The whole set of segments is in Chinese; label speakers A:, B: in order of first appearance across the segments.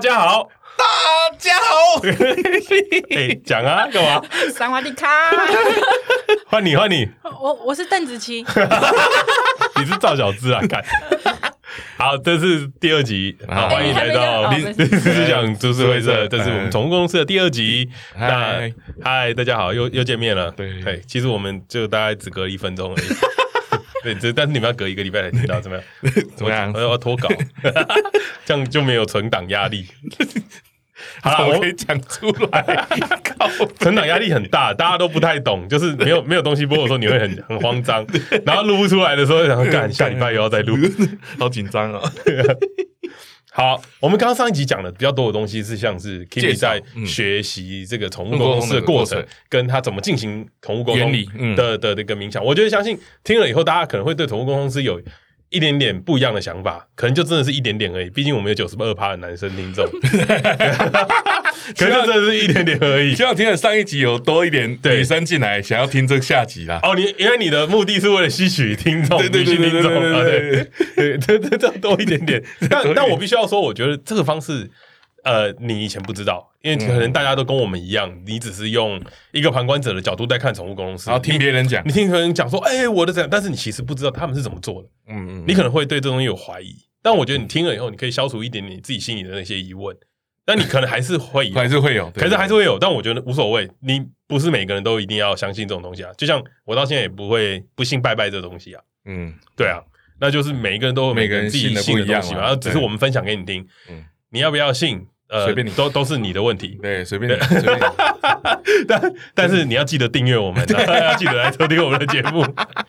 A: 家好，
B: 大家好，
A: 哎、讲啊，干嘛？
C: 三瓦迪卡，
A: 换你，换你，
C: 我我是邓紫棋，
A: 你是赵小芝啊？看，好，这是第二集，好，欢迎来到
C: 哎
A: 临
C: 你还没
A: 临时讲株式会社，
B: 哎
A: 这是我们同公司的第二集。那
B: 嗨
A: 嗨，大家好，又又见面了。
B: 对
A: 嘿其实我们就大概只隔一分 钟而已。对，这但是你们要隔一个礼拜才听到，怎么样？
B: 怎么样
A: 我？我要脱稿， 这样就没有存档压力。好啦，
B: 我
A: 我
B: 可以讲出来，靠！
A: 成长压 力很大，大家都不太懂，就是没有没有东西播的时候，你会很很慌张，然后录不出来的时候，然后干下礼拜又要再录。
B: 好紧张哦。
A: 好，我们刚刚上一集讲的比较多的东西是像是 Kimi
B: 介绍
A: 在
B: 嗯
A: 学习这个宠物
B: 宠
A: 沟
B: 物沟通
A: 通的
B: 的
A: 过
B: 过
A: 程
B: 程，
A: 跟他怎么进行宠物沟通
B: 原理嗯
A: 的的的一个冥想。我觉得相信听了以后，大家可能会对宠物沟通师有。一点点不一样的想法，可能就真的是一点点而已。毕竟我们有九十二趴的男生 听众，可能就真的是一点点而已
B: 你。希望听了上一集有多一点
A: 对
B: 女生进来，想要听这下集啦。
A: 哦，你因为你的目的是为了吸取听众，
B: 对对对
A: 女性听众啊，
B: 对对
A: 对对，这这这多一点 点。但但我必须要说，我觉得这个方式，呃，你以前不知道，因为可
B: 嗯
A: 能大家都跟我们一样，你只是用一个旁观者的角度在看宠物公司，
B: 然后听别人讲
A: 你，听别人讲说，哎，我的怎样，但是你其实不知道他们是怎么做的，
B: 嗯
A: 你可能会对这东西有怀疑。但我觉得你听了以后，你可以消除一点点你自己心里的那些疑问，但你可能还是会有
B: 嗯，还是会有，对
A: 可是还是会有，但我觉得无所谓。你不是每个人都一定要相信这种东西啊，就像我到现在也不会不信拜拜这东西啊。
B: 嗯，
A: 对啊，那就是每一个人都有每
B: 每
A: 个
B: 个
A: 人
B: 人
A: 自己
B: 信的
A: 信的
B: 不一样
A: 东西嘛，
B: 嘛
A: 然后只是
B: 对
A: 我们分享给你听
B: 嗯。
A: 你要不要信？呃，
B: 随便你
A: 都都是你的问 题。
B: 对，随便你，随便你，
A: 但但是你要记得订阅我们，然后 要记得来收听我们的节 目。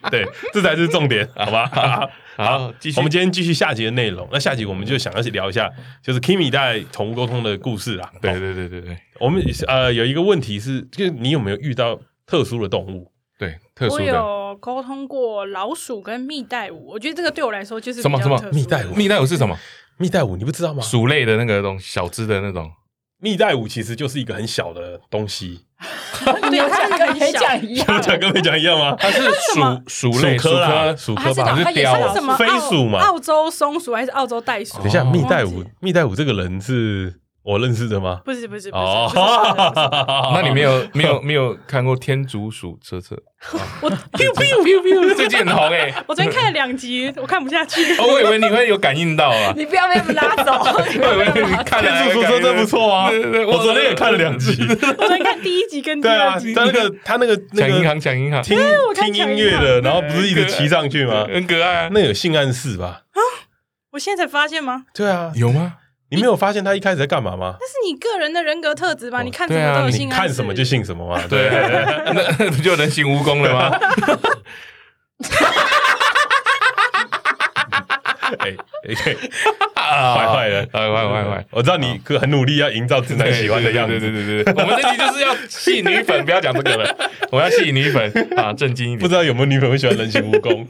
A: 对，这才是重点，好吧？
B: 好，继续
A: 我们今天继续下集的内容。那下集我们就想要去聊一下，就是 Kimi 在宠物沟通的故事啊啦。
B: 对对对对对
A: 我们呃有一个问题是，就是你有没有遇到特殊的动物？
B: 对，特殊
C: 我
B: 的
C: 有沟通过老鼠跟蜜袋鼯，我觉得这个对我来说就是
B: 什么
C: 比较
B: 什么
C: 特殊
A: 蜜袋鼯
B: 蜜袋鼯是什么？
A: 蜜袋鼯，你不知道吗？
B: 鼠类的那个东西，小只的那种，
A: 蜜袋鼯其实就是一个很小的东 西，
C: 哦对，它是一个很小，
D: 一
A: 我讲跟没讲一样吗？
B: 它是鼠鼠类
A: 鼠科啦
B: 鼠
A: 鼠
B: 科
A: 科吧
B: 不
D: 它
B: 是
D: 也是
B: 雕
D: 它
C: 啊它
B: 哦
C: 是什么澳
A: 飞鼠嘛
C: 澳洲松鼠还是澳洲袋鼠？
A: 等一下，
B: 哦
A: 蜜袋鼯
C: 忘记，
A: 蜜袋鼯这个人是我认识的吗？
C: 不是不是不是，
A: 哦
C: 不是不是不是
B: 那你没有没有没有看过天竺鼠车车？
C: 我
B: 最近很红哎、
C: 我昨天看了两集，我看不下去。
B: 哦，我以为你会有感应到 啊，
D: 你不要被他们拉 走。
B: 我以为你看了
A: 天竺鼠车真不错啊！
B: 对对对
A: 我昨天也看了两集。
C: 我昨天看第一集跟第
A: 对啊
C: 二，集，
A: 他那个他那个那
B: 抢银
A: 个
B: 行抢银行，
A: 听
C: 哎我
A: 听
C: 看
A: 音
C: 抢
A: 乐
C: 银
A: 的，
C: 行
A: 然后不是一直骑上去吗？
B: 很可爱啊。
A: 那有性暗示吧？
C: 我现在才发现吗？
A: 对啊，
B: 有吗？
A: 你没有发现他一开始在干嘛吗？
C: 那是你个人的人格特质吧？你看什
B: 对啊
C: 么都有
A: 哦你
C: 性暗
A: 看
C: 示
A: 什么就信什么嘛。
B: 对，
A: 对，啊
B: 那不就人形蜈蚣了吗？
A: 哎哎。
B: 坏
A: 坏坏的，
B: 啊坏坏坏坏。
A: 我知道你可很努力要营造直男喜欢的样子，
B: 对对对对，对我们这集就是要戏女粉，不要讲这个了，我要戏女粉啊，正经一
A: 不
B: 点
A: 知。道有没有女朋友喜欢人形蜈 蚣？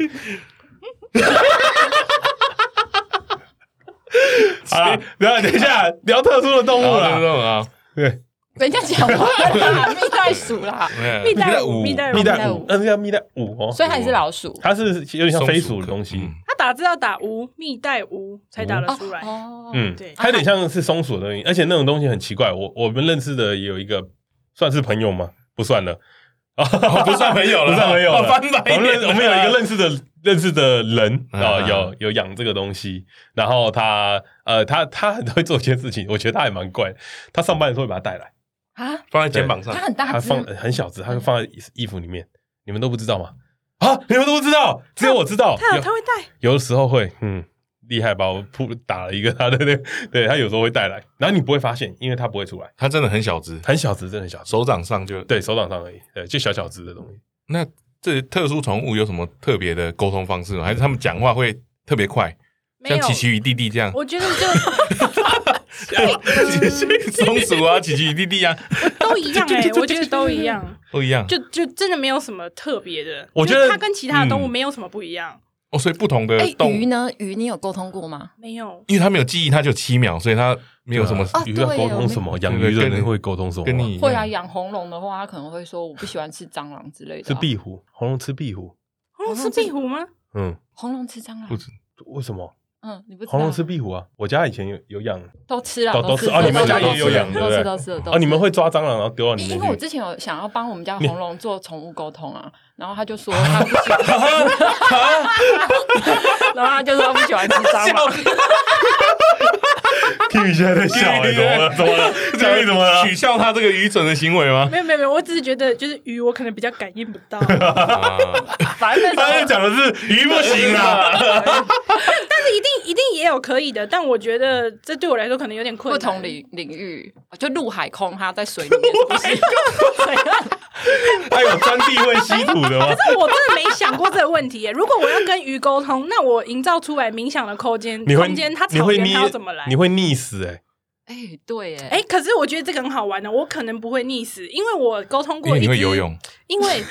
A: 好啦，然后等一下聊特殊的动物
B: 啊，
A: 啦。
B: 啊，
A: 对，
D: 人家讲完了，蜜袋鼠啦，
B: 哎
C: 蜜袋鼯，蜜袋
A: 蜜
C: 鼯，
A: 袋
D: 袋
A: 鼯
D: 鼯，
A: 那是叫蜜袋鼯哦，
D: 所以它也是老鼠。
A: 它是有点像飞鼠的
B: 科
A: 东西，
B: 嗯
C: 他打字要打无蜜袋鼯才打得出来。
D: 哦，
A: 嗯
C: 对，
A: 它有点像是松鼠的东西，而且那种东西很奇怪。我我们认识的有一个算是朋友吗？不算了，
B: 哦不算朋友了，
A: 不算朋友了
B: 哦翻白
A: 我
B: 眼
A: 们认
B: 了。
A: 我们有一个认识的认识的人
B: 啊
A: 啊、有有养这个东西，然后他呃，他他很会做一些事情，我觉得他还蛮怪的。他上班的时候会把它带来，
D: 啊，
B: 放在肩膀上
D: 它，很
A: 他
D: 大只，
A: 放呃很小只，他会
C: 嗯
A: 放在衣服里面，你们都不知道吗？啊，你们都不知道，只有我知道。
C: 他有他会带，
A: 有有的时候会，嗯，厉害吧？我扑打了一个他的那个， 对他有时候会带来，然后你不会发现，因为他不会出来，
B: 它真的很小只，
A: 很小只，真的很小只，
B: 手掌上就
A: 对手掌上而已，对，就小小只的东西。
B: 那这特殊宠物有什么特别的沟通方式吗？还是他们讲话会特别快，
C: 没
B: 像
C: 有。
B: 琪琪与弟弟这样？
C: 我觉得 就
B: 松鼠啊，琪琪与弟弟啊，
C: 都一样哎、我觉得都一样，
B: 都一样。
C: 就就真的没有什么特别的。
A: 我觉得
C: 就是它跟其他的动物
A: 嗯
C: 没有什么不一样，
B: 哦，所以不同的
D: 哎，
B: 动
D: 鱼
B: 物，
D: 呢？鱼你有沟通过吗？
C: 没有。
B: 因为它没有记忆，它就七秒，所以它没有什么。
D: 哦
A: 鱼要
D: 对
A: 沟
D: 耶
A: 通
D: 我
A: 什么？
B: 对
A: 养
B: 对
A: 鱼的
B: 跟
A: 人
B: 你
A: 啊会沟通什么？
B: 跟你一样
D: 会啊，养红龙的话，它可能会说我不喜欢吃蟑螂之类的
A: 吃
D: 啊。
A: 壁虎，红龙吃壁虎，
C: 哦，是壁虎吗？
A: 嗯，
D: 红龙吃蟑螂
B: 不，止
A: 为什么？
D: 嗯，你不知
A: 黄龙
D: 道
A: 吃壁虎啊，我家以前有有养
D: 都吃了，
A: 都都
D: 吃
A: 吃哦你们
B: 家也有
A: 养对
D: 都
A: 不对
D: 吃都吃都吃
A: 哦，你们会抓蟑螂然后丢到你
D: 因
A: 面
D: 因为我
A: 去？
D: 之前有想要帮我们家
A: 你
D: 红龙做宠物沟通啊，然后他就说他不喜 欢， 然后他就说他不喜欢 吃蟑螂，
A: Kimi 现在在笑哎，怎么了？怎么了？
B: 这
A: 这
B: 样
A: 里怎么 了？
B: 取笑他这个愚蠢的行为吗？
C: 没有没有没有，我只是觉得就是鱼，我可能比较感应不到。
B: 啊
D: 反正
A: 他 在
D: 那时候
A: 讲的是鱼不行啊 啦，
C: 但是一定一定也有可以的，但我觉得这对我来说可能有点困
D: 不
C: 难。
D: 同领领域，就陆海空，它在水里 面是不是
A: 还有钻地会吸土的 吗？
C: 但我真的没想过这个问题耶。如果我要跟鱼沟通，那我营造出来冥想的空间，
A: 你会
C: 空间它
A: 你
C: 草
A: 会
C: 原
A: 溺
C: 它要怎么来
A: 你？会溺死哎，
D: 哎，对，哎，
C: 哎、可是我觉得这个很好玩的、啊我可能不会溺死，因为我沟通
B: 因
C: 过
B: 为
C: 一
B: 你会
C: 只
B: 游，泳，
C: 因为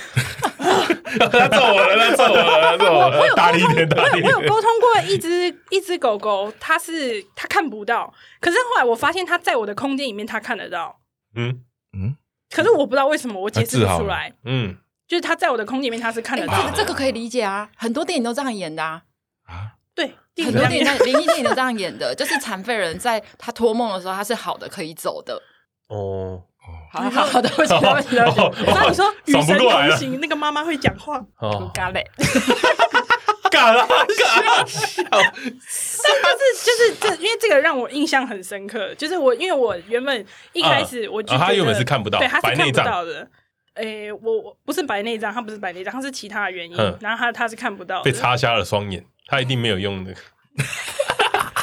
A: 他揍我了，他揍我了，他揍我了， 大力一点，大
C: 我
A: 力一
C: 有我有
A: 点。
C: 沟通过一只一只狗狗，它是它看不到，可是后来我发现它在我的空间里面它看得到，
A: 嗯
B: 嗯，
C: 可是我不知道为什么我解释不
B: 它治好
C: 出
B: 了
C: 来，
A: 嗯，
C: 就是它在我的空间里面它是看
D: 哎
C: 得
D: 这
C: 到
D: 个
C: 的，
D: 这个可以理解啊，很多电影都这样演的啊，
C: 对，地
D: 很
C: 理
D: 多
C: 上
D: 电影
C: 面
D: 在灵异电影都这样演的， 就是残废人在他托梦的时候，他是好的，可以走的，
A: 哦，
D: 好好好的， 对不起对不起对不起
A: 哦
C: 然后你说与
A: 爽不
C: 神
A: 过来
C: 同
A: 了
C: 行，那个妈妈会讲话，
A: 哦，
D: 咖喱
A: 干了，
C: 但是就是这，因为这个让我印象很深刻，就是我因为我原本一开始我就、
A: 啊他原本是看不到
C: 对，他
A: 白
C: 是看
A: 内
C: 不
A: 障
C: 到的。诶、我我不是白内障，他不是白内障，他是其他的原因
A: 嗯，
C: 然后他他是看不到的。
A: 被擦瞎了双眼，他一定没有用的。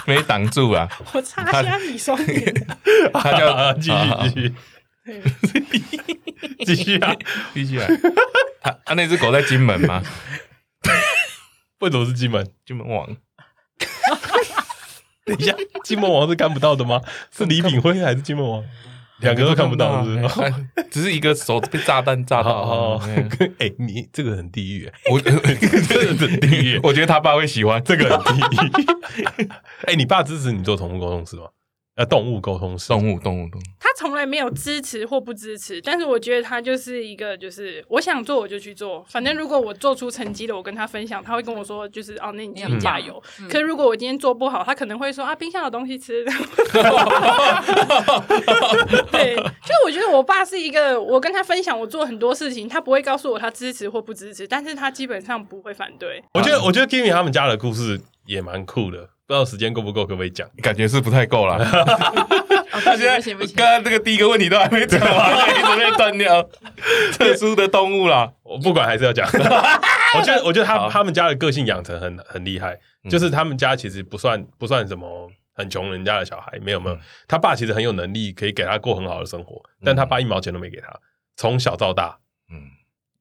B: 没挡住啊，
C: 我擦瞎你双眼。
B: 他叫
A: 继续
C: 对
A: 继续继续啊！
B: 必须啊。他啊，那只狗在金门吗？
A: 为什么是金门？
B: 金门王
A: 等一下，金门王是看不到的吗？是李炳辉还是金门王？两个都看不到，是不是？
B: 哎只是一个手被炸弹炸到。
A: 哦
B: 哦，，
A: 哎，你这个很地狱，
B: 我，
A: 这个很地狱
B: 我觉得他爸会喜欢
A: 这个很地狱。哎，你爸支持你做宠物沟通师吗？呃，动物沟通师，
B: 动物，动物，动物。
C: 他从来没有支持或不支持，但是我觉得他就是一个，就是我想做我就去做，反正如果我做出成绩了，我跟他分享，他会跟我说，就是哦，那你自
D: 你
C: 己
D: 很
C: 加
D: 棒嗯
C: 油。可是如果我今天做不好，他可能会说啊，冰箱有东西吃。 对，就是我觉得我爸是一个，我跟他分享我做很多事情，他不会告诉我他支持或不支持，但是他基本上不会反对。
A: 我觉得，我觉得 Kimi 他们家的故事也蛮酷的，不知道时间够不够，可不可以讲？
B: 感觉是不太够了。
D: 哦
B: 他 现
D: 不行
B: 在
D: 不行不行，
B: 刚刚这个第一个问题都还没讲完，一直被断 掉。特殊的动物啦，
A: 我不管，还是要讲。我觉得，我觉得他
B: 好
A: 他们家的个性养成很很厉害，就是他们家其实不算不算什么很穷人家的小孩，没有没有
B: 嗯，
A: 他爸其实很有能力，可以给他过很好的生活，但他爸一毛钱都没给他，从小到大。
B: 嗯，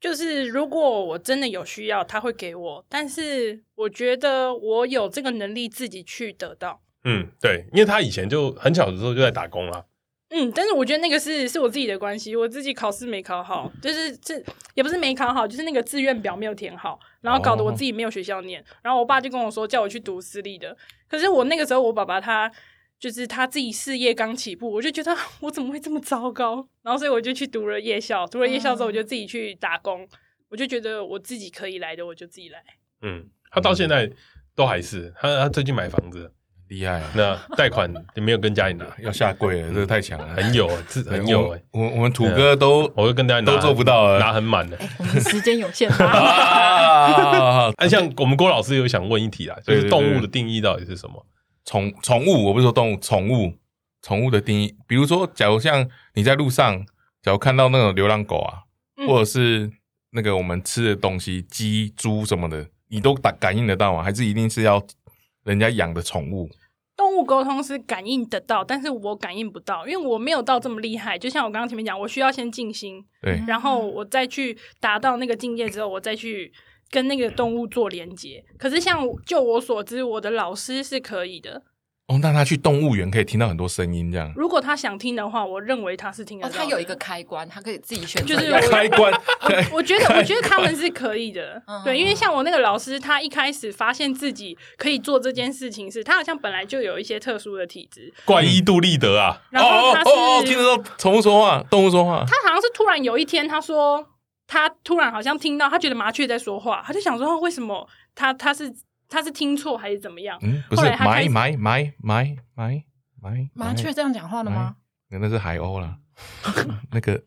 C: 就是如果我真的有需要，他会给我，但是我觉得我有这个能力自己去得到。
A: 嗯，对，因为他以前就很小的时候就在打工啊啦，
C: 嗯，但是我觉得那个是是我自己的关系，我自己考试没考好，就是这也不是没考好，就是那个志愿表没有填好，然后搞得我自己没有学校念，然后我爸就跟我说叫我去读私立的，可是我那个时候我爸爸他就是他自己事业刚起步，我就觉得啊 我怎么会这么糟糕，然后所以我就去读了夜校，读了夜校之后我就自己去打工，我就觉得我自己可以来的我就自己来。
A: 嗯，他到现在都还是他他最近买房子，
B: 厉害啊，
A: 那贷款也没有跟家里拿，
B: 要下跪了，这个太强了，
A: 很有是很有哎、
B: 我我我们土哥都
A: 我会跟大家拿
B: 都做不到啊
A: 拿很满的。
D: 我们时间有 限啊，
B: 啊，
A: 啊，像我们郭老师有想问一题啦，就
B: 对
A: 是
B: 对对
A: 动物的定义到底是什么？
B: 宠宠物，我不是说动物，宠物宠物的定义，比如说，假如像你在路上，假如看到那种流浪狗啊，
C: 嗯
B: 或者是那个我们吃的东西，鸡、猪什么的，你都打感应得到吗？还是一定是要人家养的宠物？
C: 动物沟通是感应得到，但是我感应不到，因为我没有到这么厉害。就像我刚刚前面讲，我需要先静心，
B: 对，
C: 然后我再去达到那个境界之后，我再去跟那个动物做连接。可是像就我所知，我的老师是可以的。
B: 哦，那他去动物园可以听到很多声音，这样
C: 如果他想听的话，我认为他是听得
D: 哦，
C: 到的。
D: 它有一个开关，它可以自己选择
C: 就是
D: 要不 要
B: 开 关，
C: 我觉得，我觉得他们是可以的
D: 嗯，
C: 对，因为像我那个老师，他一开始发现自己可以做这件事情是，他好像本来就有一些特殊的体质，
A: 怪医杜立德啊，
C: 然后他是、
B: 哦哦，听得到宠物说话，动物说话，
C: 他好像是突然有一天，他说他突然好像听到，他觉得麻雀在说话，他就想说为什么他他是他是听错还是怎么样？
B: 嗯，不是
C: 后来他开
B: 买
C: 始
B: 买买买买买
D: 麻雀，这样讲话的吗？
B: 那那是海鸥啦。 那个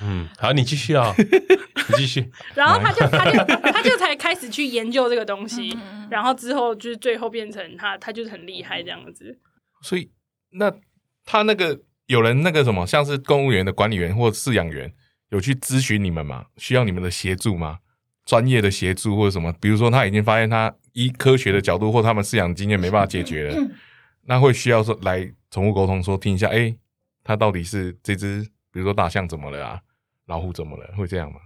A: 嗯，好，你继续 啊，你继续。
C: 然后他就他就他就才开始去研究这个东西
D: 嗯嗯嗯，
C: 然后之后就是最后变成他他就是很厉害这样子。
B: 所以那他那个有人那个什么，像是公务员的管理员或饲养员，有去咨询你们吗？需要你们的协助吗？专业的协助或者什么？比如说他已经发现他以科学的角度或他们饲养经验没办法解决了， 那会需要说来宠物沟通说听一下，哎、他到底是这只，比如说大象怎么了啊，老虎怎么了？会这样吗？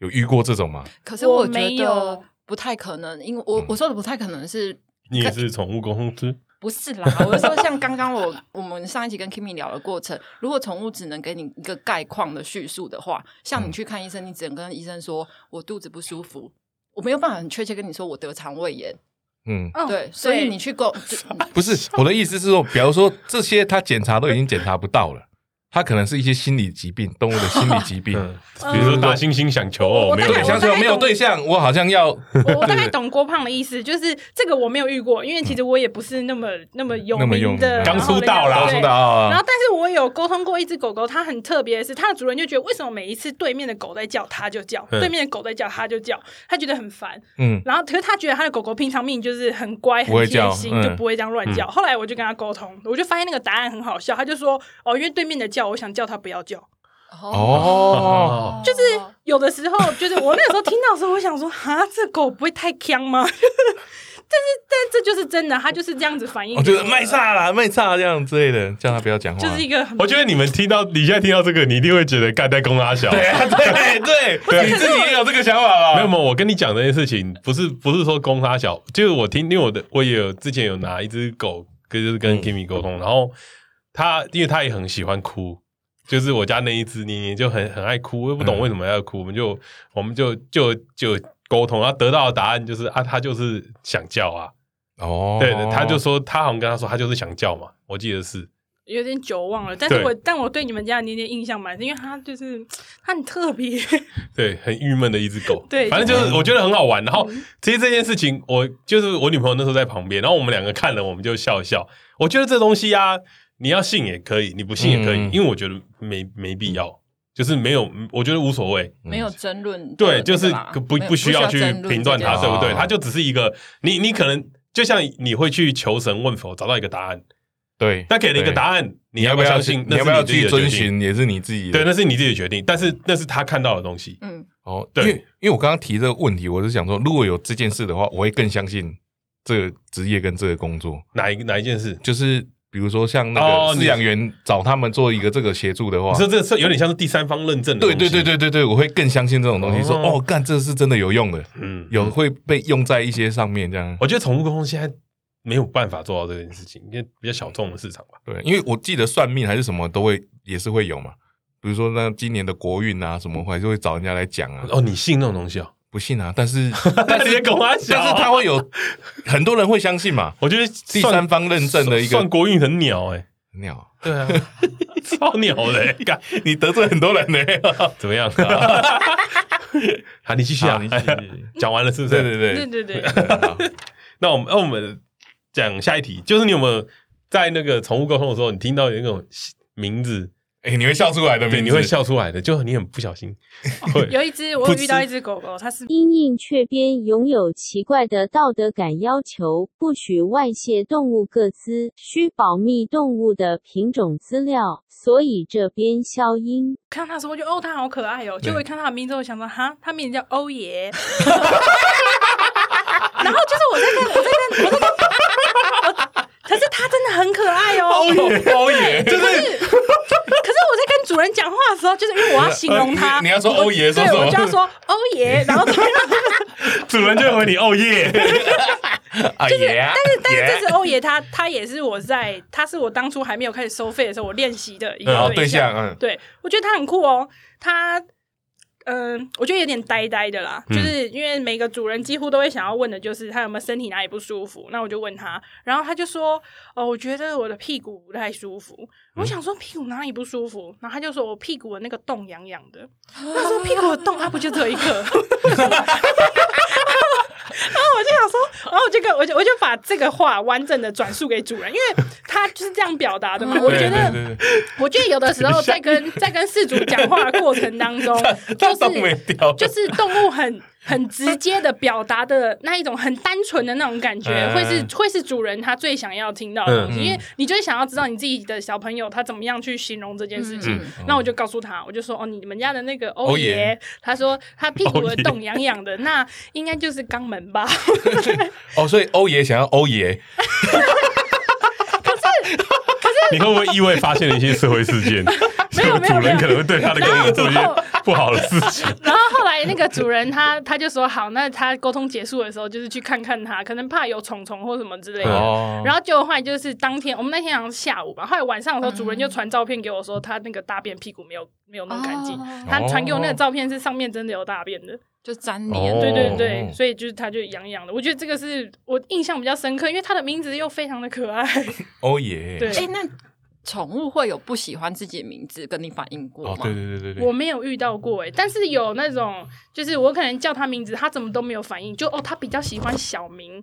B: 有遇过这种吗？
D: 可是我
C: 我
D: 觉
C: 没
D: 得
C: 有
D: 不太可能，因为我
B: 嗯
D: 我说的不太可能是
A: 你也是宠物沟通师，
D: 不是啦， 我是说像刚刚我我们上一集跟 Kimi 聊的过程，如果宠物只能给你一个概况的叙述的话，像你去看医生，你只能跟医生说我肚子不舒服，我没有办法很确切跟你说我得肠胃炎。
B: 嗯，
C: 嗯，
D: 对，哦所以你去 购，
B: 不是我的意思是说，比如说这些他检查都已经检查不到了，他可能是一些心理疾病，动物的心理疾 病。
A: 嗯，比如说大猩猩想求偶，
C: 我
A: 没有
C: 我
B: 对，
A: 人
B: 像是我没有对象，我好像要
C: 我我大概懂郭胖的意思，就是这个我没有遇过，因为其实我也不是那么那么有
B: 那么有
C: 名
B: 名
C: 的，
A: 刚
C: 然后
A: 出
C: 人
A: 道
C: 家
A: 啦
B: 告
A: 刚
C: 对
B: 诉他
C: 然
B: 啊
C: 后，，但是我有沟通过一只狗狗，它很特别的是，它的主人就觉得为什么每一次对面的狗在叫，它就叫；
A: 嗯
C: 对面的狗在叫，它就叫，它觉得很烦。
B: 嗯，
C: 然后，可是它觉得它的狗狗平常命就是很乖、
B: 不会
C: 很贴
B: 叫
C: 心，
B: 嗯
C: 就不会这样乱叫。后来我就跟他沟通，我就发现那个答案很好笑，他就说：“哦，因为对面的叫，我想叫它不要叫。”
B: 哦，
A: 哦，
D: 就是
C: 有的时候就是我那个时候听到的时候，我想说，哈，这狗不会太呛吗？ 但是，但这就是真的，它就是这样子反应。
B: 我觉得哦卖，差啦，卖差这样之类的，叫他不要讲话。
C: 就是一个很
A: 我觉得你们听到你现在听到这个，你一定会觉得盖代公阿小。
B: 对啊，对对对，你自己也有这个想法
A: 没有
B: 吧？
A: 没有，我跟你讲这件事情，不是不是说公他小，就是我听，因为我的我也有之前有拿一只狗，跟就是跟
B: 嗯
A: Kimi 沟通，然后它因为它也很喜欢哭，就是我家那一只妮妮就很很爱哭，我也不懂
B: 嗯
A: 为什么要哭，我们就我们就就就沟通，然后得到的答案就是啊，它就是想叫啊，
B: 哦，
A: 对，他就说他好像跟他说他就是想叫嘛，我记得是，
C: 有点久忘了，但是
A: 对
C: 我但我对你们家的年年印象蛮深，因为它就是它很特别，
A: 对，很郁闷的一只狗。
C: 对
A: 反正
B: 嗯
A: 就是我觉得很好玩。然后其实这件事情，我就是我女朋友那时候在旁边，然后我们两个看了，我们就笑一笑。我觉得这东西啊，你要信也可以，你不信也可以，
B: 嗯
A: 因为我觉得没没必要，就是没有，我觉得无所谓。
D: 没有争论的那个
A: 对，
D: 啦，
A: 就是不
D: 没有
A: 不
D: 不
A: 需要去
D: 争论
A: 评断
D: 这
A: 它
D: 件事
A: 对不啊对，
B: 哦
A: 它就只是一个你你可能就像你会去求神问佛找到一个答案，
B: 对，
A: 但给了一个答
B: 案，
A: 案，你
B: 你
A: 要
B: 要
A: 不
B: 不
A: 要
B: 要
A: 相信？
B: 你
A: 那是
B: 要不要
A: 你自己
B: 去
A: 的
B: 遵
A: 决定
B: 循，也是你自己的
A: 对，那是你自己的决定，但是那是他看到的东西。
D: 嗯，
B: 哦，
A: 对
B: 因为因为我刚刚提这个问题，我是想说，如果有这件事的话，我会更相信这个职业跟这个工作。
A: 哪一个哪一件事？
B: 就是比如说像那
A: 哦
B: 个
A: 你
B: 饲养员找他们做一个这个协助的话
A: 你，说这是有点像是第三方认证的，
B: 对对对，对对对，我会更相信这种东西，说
A: 哦
B: 哦，干这是真的有用的，
A: 嗯，哦
B: 有会被用在一些上面这样。
A: 我觉得宠物沟通现在没有办法做到这件事情，因为比较小众的市场吧。
B: 对，因为我记得算命还是什么都会也是会有嘛，比如说那今年的国运啊什么，还是会找人家来讲啊。
A: 哦，你信那种东西 哦？
B: 不信啊，但是
A: 但是也狗啊，
B: 但是他 会有很多人会相信嘛，
A: 我觉得第
B: 第三方认证的一
A: 算
B: 个
A: 国运很鸟哎，
B: 鸟，
A: 对啊， 超鸟的欸，干
B: 你得罪很多人呢、
A: 怎么样？ 好，你继续啊
B: 好你继续，
A: 讲完了是不
B: 对
A: 是？
B: 对
C: 对
B: 对， 啊
C: 对对，
B: 好
A: 那我们那我们讲下一题，就是你有没有在那个宠物沟通的时候，你听到有那种名字，
B: 哎、你会笑出来的名字，
A: 对，你会笑出来的，就你很不小 心会。
C: 有一只我有遇到一只狗狗，它是
E: 因应雀边拥有奇怪的道德感要求，不许外泄动物个资，需保密动物的品种资料，所以这边消音。
C: 看到它的时候，我就哦，它好可爱哦。结果一看它的名字，我想说哈，它名字叫欧 爷。然后就是我在看，我在看，我在看，我可是它真的很可爱哦。
A: 欧耶，欧耶， 就是
C: 可是我在跟主人讲话的时候，就是因为我要形容他，
B: 呃你你要说欧爷
C: 我
B: 说
C: 对，
B: 什么
C: 我就要说欧 爷，然后主人
A: 主人就会回你哦耶，
B: 啊耶啊！
C: 但是这只欧爷他他也是我在，他是我当初还没有开始收费的时候我练习的一
B: 然
C: 个
B: 后对
C: 象。
B: 象，嗯，
C: 对，我觉得他很酷哦，他。嗯，我觉得有点呆呆的啦，
B: 嗯
C: 就是因为每个主人几乎都会想要问的，就是他有没有身体哪里不舒服。那我就问他，然后他就说：“哦，我觉得我的屁股不太舒服。”我
B: 嗯
C: 想说屁股哪里不舒服，然后他就说我屁股的那个洞痒痒的。他说 屁股的洞，它不就只有一个？然后我就想说，哦，然后我就跟我就我就把这个话完整的转述给主人，因为他就是这样表达的嘛。我觉得
B: 对对对
C: 我觉得有的时候 在跟在跟事主讲话的过程当中，就
B: 他都没
C: 是
B: 掉，
C: 就是动物很很直接的表达的那一种很单纯的那种感觉，
B: 嗯
C: 会是会是主人他最想要听到的东西，
B: 嗯
C: 因为你就会想要知道你自己的小朋友他怎么样去形容这件事情。
D: 嗯
B: 嗯
C: 那我就告诉他，我就说哦，你们家的那个欧
B: 欧爷
C: 爷，他说他屁股
A: 欧爷
C: 冻痒痒的，那应该就是肛门吧？
B: 哦，所以欧爷想要欧爷，
A: 你会不会意外发现了一些社会事件？
C: 没有没
A: 主
C: 有没
A: 人
C: 有
A: 可能会对他的狗狗做一些
C: 然后
A: 不好的事 情。
C: 然后后来那个主人他他就说好，那他沟通结束的时候就是去看看他，可能怕有虫虫或什么之类的。
B: 哦，
C: 然后结果后来就是当天，我们那天好像是下午吧，后来晚上的时候，主人就传照片给我说他那个大便屁股没有没有弄干净，
D: 哦
C: 他传给我那个照片是上面真的有大便的，
D: 就粘黏。
A: 哦
C: 对对对，所以就是他就痒痒的，我觉得这个是我印象比较深刻，因为他的名字又非常的可爱，
B: 欧爷，
C: 对
D: 哎、那宠物会有不喜欢自己的名字跟你反映过
B: 哦
D: 吗？，
B: 对对对对
C: 我
B: 对，
C: 没有遇到过哎、但是有那种就是我可能叫他名字，他怎么都没有反应，就哦他比较喜欢小名，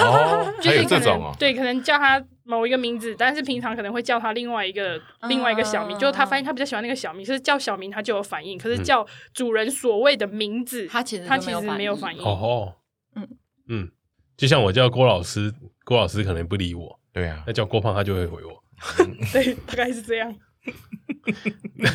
B: 哦，
C: 就
B: 还
C: 是
B: 有
C: 可
B: 这
C: 能
B: 种哦，
C: 对，可能叫他某一个名字，但是平常可能会叫他另外一个、
D: 嗯
C: 另外一个小名，
D: 嗯
C: 就是他发现他比较喜欢那个小名，就是叫小名他就有反应，可是叫主人所谓的名字，
D: 嗯他其实就
C: 他其实
D: 没
C: 没
D: 有
C: 有
D: 反
C: 反应。
A: 哦吼，
D: 嗯
A: 嗯，就像我叫郭老师，郭老师可能不理我，
B: 对啊
A: 那，叫郭胖他就会回我，
C: 对，大概是这样。
A: 因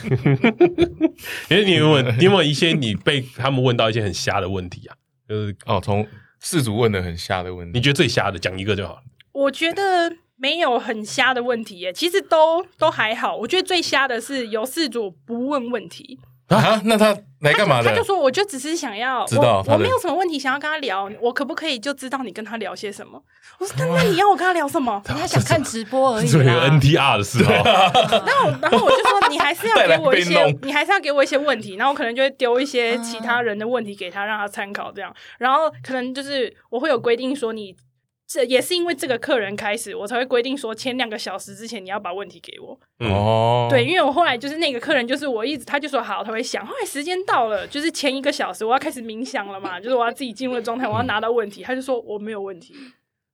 A: 哎为你有没有你有没有一些你被他们问到一些很瞎的问题啊？就是
B: 哦，从事主问的很瞎的问
A: 你
B: 题，
A: 觉得最瞎的，讲一个就好了。
C: 我觉得没有很瞎的问题耶，其实都都还好。我觉得最瞎的是有事主不问问题，
B: 啊，那他来干嘛的
C: 他就？说我就只是想要
B: 知道
C: 我，
B: 他的
C: 我没有什么问题想要跟他聊，我可不可以就知道你跟他聊些什么？我 说那那你要我跟他聊什么？
D: 他想看直播 而已
A: 这有
C: 啊
D: 啦。
A: NTR 的事哦，
C: 然后，然后我就说，你还是要给我一
B: 再来被
C: 些
B: 弄，
C: 你还是要给我一些问题，然后我可能就会丢一些其他人的问题给他，让他参考这样。然后可能就是我会有规定说你。这也是因为这个客人开始，我才会规定说前两个小时之前你要把问题给我。
A: 嗯，
B: 哦，
C: 对，因为我后来就是那个客人，就是我一直他就说好，他会想。后来时间到了，就是前一个小时我要开始冥想了嘛，就是我要自己进入的状态，
B: 嗯
C: 我要拿到问题，他就说我没有问题，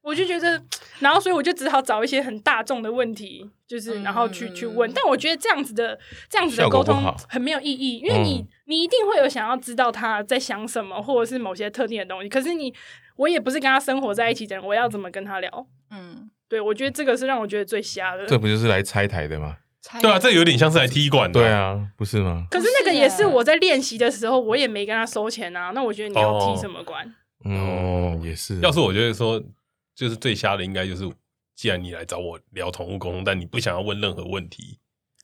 C: 我就觉得，然后所以我就只好找一些很大众的问题，就是然后去、去问
D: 嗯。
C: 但我觉得这样子的这样子的
B: 效果
C: 沟
B: 不
C: 通
B: 好
C: 很没有意义，因为你、
B: 嗯
C: 你一定会有想要知道他在想什么，或者是某些特定的东西，可是你我也不是跟他生活在一起的人，我要怎么跟他聊？
D: 嗯，
C: 对，我觉得这个是让我觉得最瞎的。
B: 哦这不就是来拆台的吗？
D: 猜
A: 对啊，这有点像是来踢馆的，
B: 对，啊，不是吗？
C: 可是那个也是我在练习的时候，我也没跟他收钱啊。那我觉得你要踢什么关？
A: 哦
B: 嗯，也是，
A: 要是我觉得说，就是最瞎的应该就是，既然你来找我聊宠物沟通，但你不想要问任何问题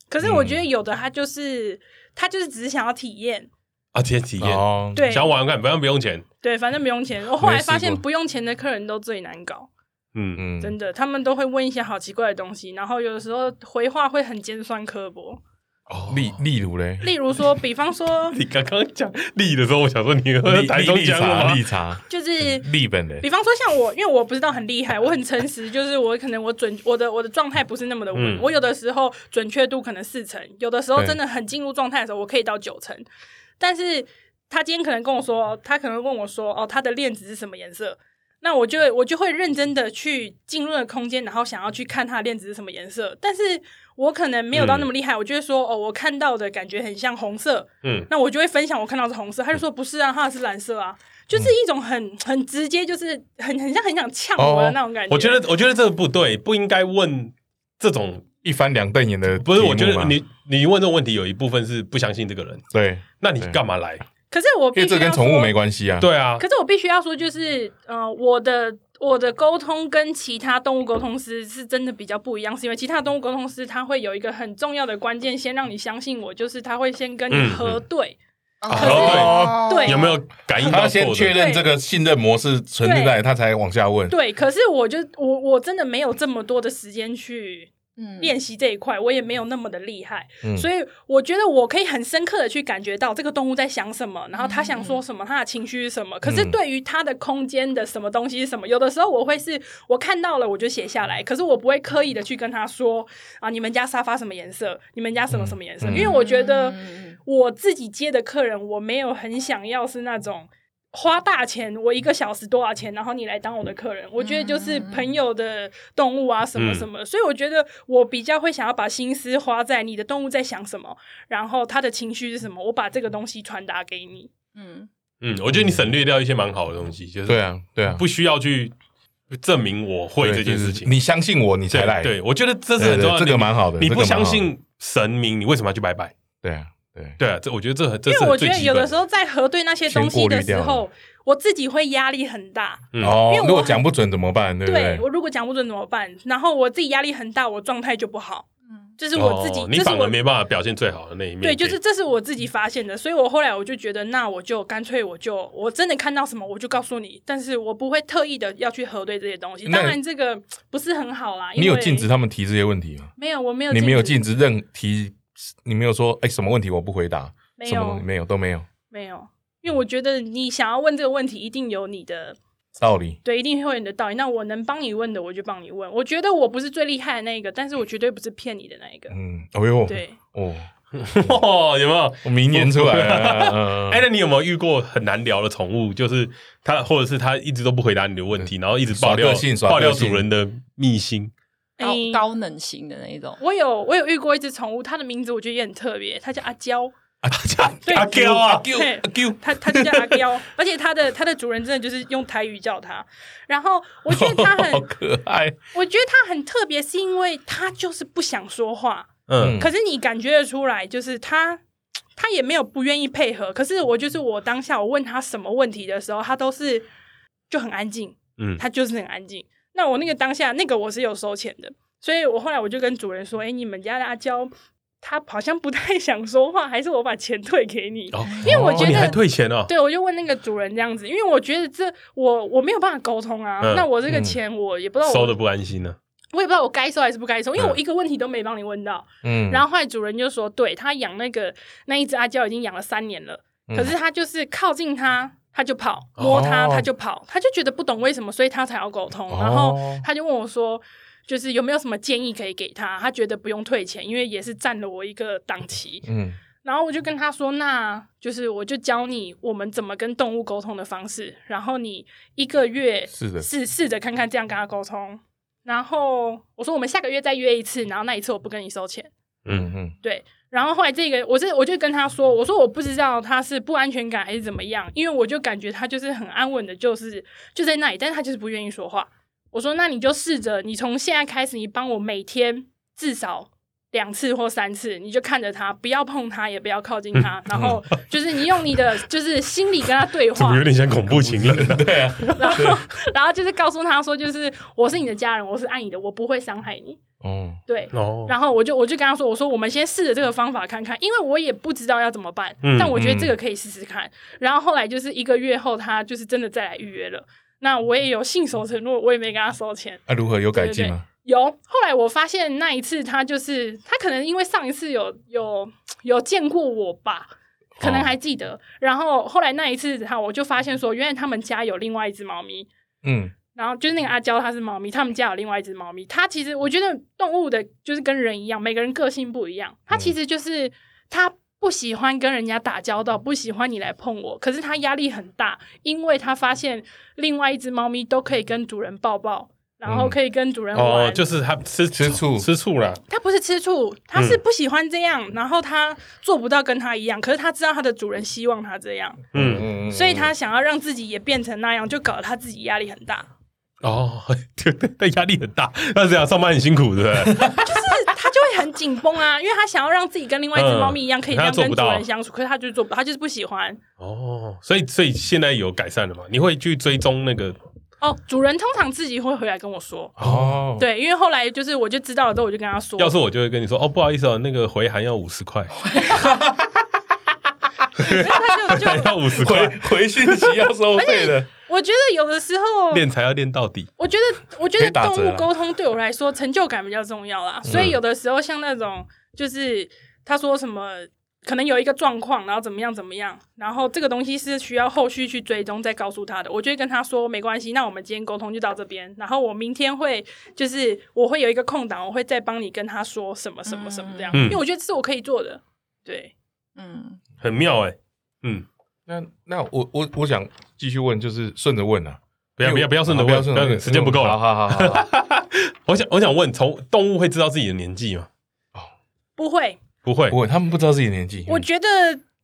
C: 可是我觉得有的他就是、他就是只是想要体验，
A: 啊，这些体验，
B: 哦，
C: 对
A: 想玩玩看，不用不用钱，
C: 对，反正不用钱。我后来发现
B: 没试过
C: 不用钱的客人都最难搞，
A: 嗯，
B: 嗯，
C: 真的，他们都会问一些好奇怪的东西，然后有的时候回话会很尖酸刻薄。
A: 哦
B: 例例如嘞，
C: 例如说，比 方说，
A: 你刚刚讲力的时候，我想说你喝
B: 立
A: 哦台中
B: 立
A: 讲了
B: 茶，
A: 吗
B: 立？茶，
C: 就是
B: 立本人
C: 比，方说像我，因为我不知道很厉害， 我很诚实，就是我可能我准我的我的状态不是那么的稳，
A: 嗯
C: 我有的时候准确度可能四成，有的时候
B: 对
C: 真的很进入状态的时候，我可以到九成，但是他今天可能跟我说，哦他可能问我说，哦，他的链子是什么颜色？那我就会我就会认真的去进入了空间，然后想要去看它的链子是什么颜色，但是我可能没有到那么厉害，我就会说哦，我看到的感觉很像红色，
A: 嗯，
C: 那我就会分享我看到是红色，他就说不是啊，它是蓝色啊，就是一种很很直接，就是很很像很想呛我的那种感觉。
A: 哦我觉得我觉得这不对，不应该问这种，
B: 一翻两瞪眼呃的题目嘛，
A: 不是？我觉得你你问这种问题，有一部分是不相信这个人，
B: 对，
A: 那你干嘛来？
C: 可是我必
B: 因为
C: 须
B: 这跟
C: 要
B: 宠物
C: 说
B: 没关系啊，
A: 对啊，
C: 可是我必须要说，就是呃，我的我的沟通跟其他动物沟通师是真的比较不一样，是因为其他动物沟通师他会有一个很重要的关键，先让你相信我，就是他会先跟你
A: 嗯
C: 核对。
B: 哦
C: 对啊
A: 有没有感应
B: 他
A: 到
B: 要先
A: 错
B: 确
A: 的？
B: 认这个信任模式存在，他才往下问。
C: 对，可是我就我我真的没有这么多的时间去
D: 嗯
C: 练习这一块，我也没有那么的厉害，
B: 嗯
C: 所以我觉得我可以很深刻的去感觉到这个动物在想什么，然后它想说什么，它的情绪是什么。可
B: 嗯
C: 是对于它的空间的什么东西是什么，有的时候我会是我看到了我就写下来，可是我不会刻意的去跟他说啊，你们家沙发什么颜色，你们家什么什么颜色，
B: 嗯
C: 因为我觉得
D: 嗯嗯嗯
C: 我自己接的客人，我没有很想要是那种。花大钱，我一个小时多少钱，然后你来当我的客人，我觉得就是朋友的动物啊，什
A: 嗯
C: 么什么，所以我觉得我比较会想要把心思花在你的动物在想什么，然后他的情绪是什么，我把这个东西传达给你。
D: 嗯，
A: 嗯，我觉得你省略掉一些蛮好的东西，就是
B: 对啊，对啊，
A: 不需要去证明我会
B: 对
A: 这件
B: 就是
A: 事情。
B: 你相信我，你才
A: 对
B: 来。
A: 对，我觉得这是
B: 对
A: 很重要
B: 对，
A: 的。
B: 这个蛮好的。
A: 你
B: 这
A: 不
B: 个蛮
A: 相
B: 好的？
A: 信神明，你为什么要去拜拜？
B: 对啊，对，
A: 对啊，这我觉得这很，这
C: 因
A: 是
C: 为我觉
A: 最
C: 得
A: 基
C: 有
A: 本
C: 的时，候在核对那些东西的时
B: 先过滤掉
C: 候，我自己会压力很大。
A: 嗯
B: 哦
C: 因为，我
B: 如果讲不准怎么办？对不
C: 对
B: 对？
C: 我如果讲不准怎么办？然后我自己压力很大，我状态就不好。
D: 嗯
C: 这是我自己，
A: 哦你
C: 这是
A: 反而
C: 我
A: 没办法表现最好的那一面。
C: 对，就是这是我自己发现的，所以我后来我就觉得，那我就干脆我就我真的看到什么我就告诉你，但是我不会特意的要去核对这些东西。
B: 那
C: 当然这个不是很好啦，因
B: 你
C: 为
B: 有禁止他们提这些问题吗？
C: 没有，我没有，
B: 你没有禁，止任提，你没有说哎什么问题我不回答，
C: 没
B: 什么东
C: 有
B: 西，没有都没有
C: 没有，因为我觉得你想要问这个问题，一定有你的
B: 道理。
C: 对，一定会有你的道理。那我能帮你问的，我就帮你问。我觉得我不是最厉害的那一个，但是我绝对不是骗你的那一个。
B: 嗯，哦呦，
C: 对，
B: 哦，
A: 哦，有没有？
B: 我明年出 来了。
A: 哎，
B: 哎，
A: 那你有没有遇过很难聊的宠物？就是它，或者是它一直都不回答你的问题，然后一直爆料
B: 嗯耍个性耍个
A: 爆料
B: 性
A: 主人的秘辛。
D: 高
C: 哎
D: 高能型的那一种，
C: 我有我有遇过一只宠物，它的名字我觉得也很特别，它叫阿娇。
B: 阿
C: 对
A: 阿 Q 啊，
B: Q
C: 对嗯
B: 阿 Q，
C: 它它就叫阿娇，而且它的它的主人真的就是用台语叫它。然后我觉得它很
B: 好，可爱。
C: 我觉得它很特别，是因为它就是不想说话，
A: 嗯
B: 嗯
C: 可是你感觉得出来，就是它。它也没有不愿意配合，可是我就是我当下我问他什么问题的时候，他都是就很安静，
A: 嗯，
C: 它就是很安静。那我那个当下那个我是有收钱的，所以我后来我就跟主人说：“哎、你们家的阿娇，它好像不太想说话，还是我把钱退给你？”
A: 哦
C: 因为我
A: 哦
C: 觉
A: 你还
C: 得，
A: 退钱哦。
C: 对我就问那个主人这样子，因为我觉得这我我没有办法沟通啊。
A: 嗯
C: 那我这个钱我也不知道
A: 收
C: 我
A: 的不安心呢。
C: 我也不知道我该收还是不该收，因
A: 嗯
C: 为我一个问题都没帮你问到。
B: 嗯，
C: 然后后来主人就说：“对他养那个那一只阿娇已经养了三年了，
B: 嗯
C: 可是他就是靠近它，它就跑，摸它
B: 哦
C: 它就跑，他就觉得不懂为什么，所以他才要沟通。
B: 哦
C: 然后他就问我说，就是有没有什么建议可以给他？他觉得不用退钱，因为也是占了我一个档期。
B: 嗯，
C: 然后我就跟他说，那就是我就教你我们怎么跟动物沟通的方式，然后你一个月
B: 是的
C: 试试着看看这样跟他沟通。然后我说我们下个月再约一次，然后那一次我不跟你收钱。
B: 嗯
A: 嗯
B: 嗯，
C: 对，然后后来这个，我是我就跟他说，我说我不知道他是不安全感还是怎么样，因为我就感觉他就是很安稳的，就是就在那里，但是他就是不愿意说话。我说那你就试着，你从现在开始，你帮我每天至少两次或三次，你就看着他，不要碰他，也不要靠近 他，然后就是你用你的就是心理跟他对
A: 怎
C: 话
A: 么有，点像恐怖情人？对啊，
C: 然后然后就是告诉他说，就是我是你的家人，我是爱你的，我不会伤害你。
B: 哦，
C: 对，
A: 哦，
C: 然后我就我就跟他说，我说我们先试着这个方法看看，因为我也不知道要怎么办，
A: 嗯
C: 但我觉得这个可以试试看。然后后来就是一个月后，他就是真的再来预约了。那我也有信守承诺，我也没跟他收钱。
B: 那啊如何有改进吗？
C: 有后来我发现那一次他就是他可能因为上一次有有有见过我吧，可能还记得。然后后来那一次他我就发现说，原来他们家有另外一只猫咪，
B: 嗯，
C: 然后就是那个阿娇，它是猫咪，他们家有另外一只猫咪。它其实我觉得动物的，就是跟人一样，每个人个性不一样。它
A: 嗯
C: 其实就是它不喜欢跟人家打交道，不喜欢你来碰我。可是它压力很大，因为它发现另外一只猫咪都可以跟主人抱抱，然后可以跟主人玩。
A: 嗯哦，就是他吃
B: 吃醋
A: 吃醋啦。
C: 它不是吃醋，它
A: 嗯
C: 是不喜欢这样，然后它做不到跟它一样。可是它知道它的主人希望它这样，
A: 嗯，
B: 嗯
C: 所以它想要让自己也变成那样，就搞得它自己压力很大。
A: 哦，对对，但压力很大。那这样上班很辛苦，对不对？
C: 就是他就会很紧绷啊，因为他想要让自己跟另外一只猫咪一样，可以这样跟
A: 他做不
C: 主
A: 到
C: 人相处，可是他就是做不到，他就是不喜欢。
A: 哦，所以所以现在有改善了嘛？你会去追踪那个
C: 哦，主人通常自己会回来跟我说，
B: 哦，
C: 对，因为后来就是我就知道了之后，我就跟他说，
A: 要是我就会跟你说，哦，不好意思哦，那个回函要五十块，
C: 他就 就，
A: 要五十
B: 回
A: 块，
B: 回信息要 收费的，
C: 我觉得有的时 候，
A: 练才要练到底。
C: 我觉得我觉
B: 可
C: 得
B: 以打折嗯
C: 动
B: 啊
C: 物沟通对我来说成就感比较重要啦，所以有的时候像那种就是他说什么。可能有一个状况，然后怎么样怎么样，然后这个东西是需要后续去追踪再告诉他的。我就会跟他说没关系，那我们今天沟通就到这边，然后我明天会就是我会有一个空档，我会再帮你跟他说什么什么什么这样，
A: 嗯
C: 因为我觉得这是我可以做的。对，
D: 嗯，
A: 欸很妙哎、嗯，
B: 那那我我我想继续问，就是顺着问啊，
A: 不要不要不要顺着
B: 好
A: 问，不要时间不够
B: 好
A: 了。
B: 好好好，好
A: 我想我想问，从动物会知道自己的年纪吗？
C: 不会，
A: 不会
B: 不，会，他们不知道自己的年纪。
C: 我觉得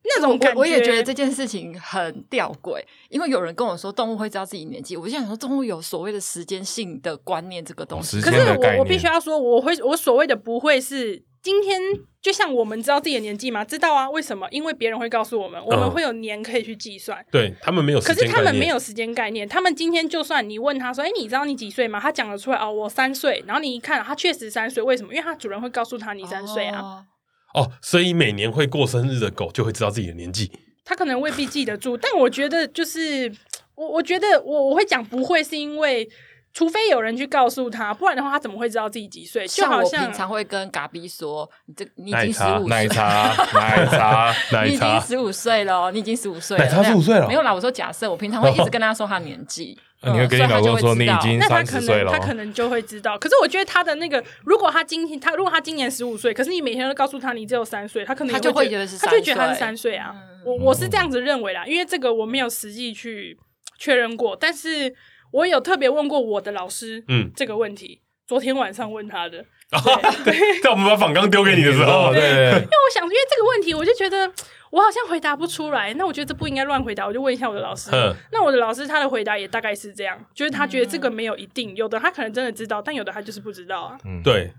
C: 那种感
D: 我我也觉得
C: 这
D: 这件事情很吊诡，因为有人跟我说动物会知道自己年纪，我就想说动物有所谓的时间性的观念这个东西
B: 哦时，
C: 可
B: 间
C: 是
B: 的概念
C: 我我必须要说，我会我所谓的不会是今天，就像我们知道自己的年纪吗？知道啊，为什么？因为别人会告诉我们，我
B: 嗯
C: 们会有年可以去计算。
A: 对他们没有时
C: 可是
A: 间
C: 他
A: 概
C: 们没
A: 念，
C: 有时间概念，他们今天就算你问他说：“哎、你知道你几岁吗？”他讲得出来哦，我三岁。然后你一看，他确实三岁，为什么？因为他主人会告诉他你三岁啊，
D: 哦
A: 哦，所以每年会过生日的狗就会知道自己的年纪。
C: 他可能未必记得住。但我觉得就是我，我觉得我我会讲不会，是因为除非有人去告诉他，不然的话他怎么会知道自己几岁？就
D: 像
C: 好
D: 我
C: 像
D: 平常会跟嘎比说，你这你已
A: 奶
D: 经十
A: 茶
D: 五
B: 奶
D: 岁，
B: 茶 奶茶，
D: 你已经十五岁了哦，你已经十五岁了，
B: 奶茶
D: 这样
B: 15岁了哦
D: 没有啦，我说假设，我平常会一直跟他说他年 纪，
B: 那你会跟你
D: 嗯所以他
B: 老公
D: 就会
B: 说
D: 知
B: 你已
D: 道
B: 经
C: 那他
B: 三
C: 可
B: 十岁
C: 能
B: 了
C: 他
B: 哦，
C: 可能就会知道。可是我觉得他的那个，如果他今天他如果他今年十五岁，可是你每天都告诉他你只有三岁，他可能也
D: 他就会
C: 觉
D: 觉得是
C: 他就觉
D: 3岁嗯
C: 得他是三岁啊。我我是这样子认为啦，因为这个我没有实际去确认过，但是我有特别问过我的老师
A: 嗯，
C: 这个问题。昨天晚上问他的，因为
A: 在我们把仿纲丢给你的时候
B: 哦，对对对，
C: 我想，因为这个问题，我就觉得我好像回答不出来。那我觉得这不应该乱回答，我就问一下我的老师。
A: 嗯，
C: 那我的老师他的回答也大概是这样，就是他觉得这个没有一定，有的他可能真的知道，但有的他就是不知道啊。
B: 嗯，
A: 对，